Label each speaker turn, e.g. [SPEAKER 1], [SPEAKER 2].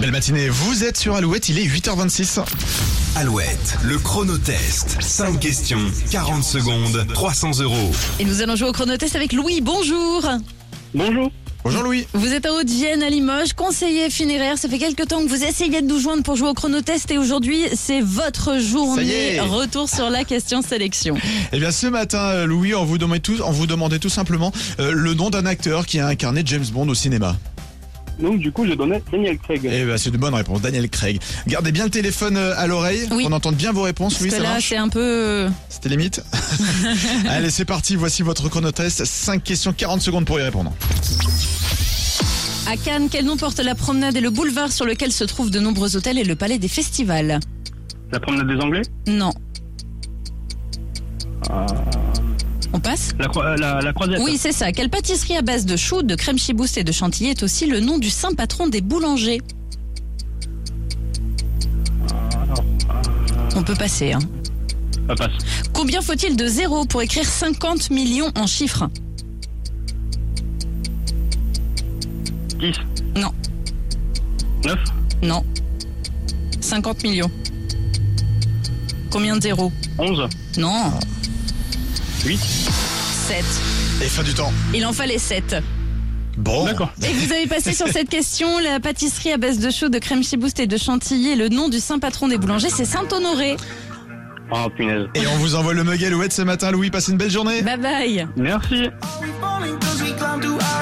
[SPEAKER 1] Belle matinée, vous êtes sur Alouette, il est 8h26.
[SPEAKER 2] Alouette, le chronotest. 5 questions, 40 secondes, 300 euros.
[SPEAKER 3] Et nous allons jouer au chronotest avec Louis. Bonjour.
[SPEAKER 4] Bonjour.
[SPEAKER 1] Bonjour Louis.
[SPEAKER 3] Vous êtes à Haute-Vienne, à Limoges, conseiller funéraire. Ça fait quelques temps que vous essayez de nous joindre pour jouer au chronotest et aujourd'hui, c'est votre
[SPEAKER 1] Ça y
[SPEAKER 3] journée.
[SPEAKER 1] est.
[SPEAKER 3] Retour sur la question sélection.
[SPEAKER 1] Eh bien ce matin, euh, Louis, on vous demandait tout, on vous demandait tout simplement euh, le nom d'un acteur qui a incarné James Bond au cinéma.
[SPEAKER 4] Donc du coup, je donnais Daniel Craig.
[SPEAKER 1] Eh bien c'est une bonne réponse, Daniel Craig. Gardez bien le téléphone euh, à l'oreille,
[SPEAKER 3] Oui.
[SPEAKER 1] on entend bien vos réponses,
[SPEAKER 3] Parce
[SPEAKER 1] Louis,
[SPEAKER 3] que
[SPEAKER 1] ça
[SPEAKER 3] là,
[SPEAKER 1] marche
[SPEAKER 3] c'est un peu.
[SPEAKER 1] C'était limite Allez, c'est parti, voici votre chronotest. 5 questions, 40 secondes pour y répondre.
[SPEAKER 3] À Cannes, quel nom porte la promenade et le boulevard sur lequel se trouvent de nombreux hôtels et le palais des festivals
[SPEAKER 4] La promenade des Anglais
[SPEAKER 3] Non.
[SPEAKER 1] Ah.
[SPEAKER 3] On passe
[SPEAKER 4] La, croi- euh, la, la croisette
[SPEAKER 3] Oui, c'est ça. Quelle pâtisserie à base de choux, de crème chibouste et de chantilly est aussi le nom du saint patron des boulangers Ah, On peut passer. Hein.
[SPEAKER 4] Ça passe.
[SPEAKER 3] Combien faut-il de zéros pour écrire 50 millions en chiffres
[SPEAKER 4] 10,
[SPEAKER 3] Non,
[SPEAKER 4] 9,
[SPEAKER 3] non. 50 millions. Combien de zéros
[SPEAKER 4] 11,
[SPEAKER 3] Non,
[SPEAKER 4] 8.
[SPEAKER 3] 7.
[SPEAKER 1] Et fin du temps.
[SPEAKER 3] Il en fallait 7.
[SPEAKER 1] Bon.
[SPEAKER 4] D'accord.
[SPEAKER 3] Et vous avez passé sur cette question la pâtisserie à base de choux, de crème chibouste et de chantilly. Et le nom du saint patron des boulangers, c'est Saint-Honoré.
[SPEAKER 4] Oh punaise.
[SPEAKER 1] Et on vous envoie le mug Alouette ce matin, Louis. Passez une belle journée.
[SPEAKER 3] Bye bye
[SPEAKER 4] Merci.
[SPEAKER 5] Are we falling 'cause we climbed too high?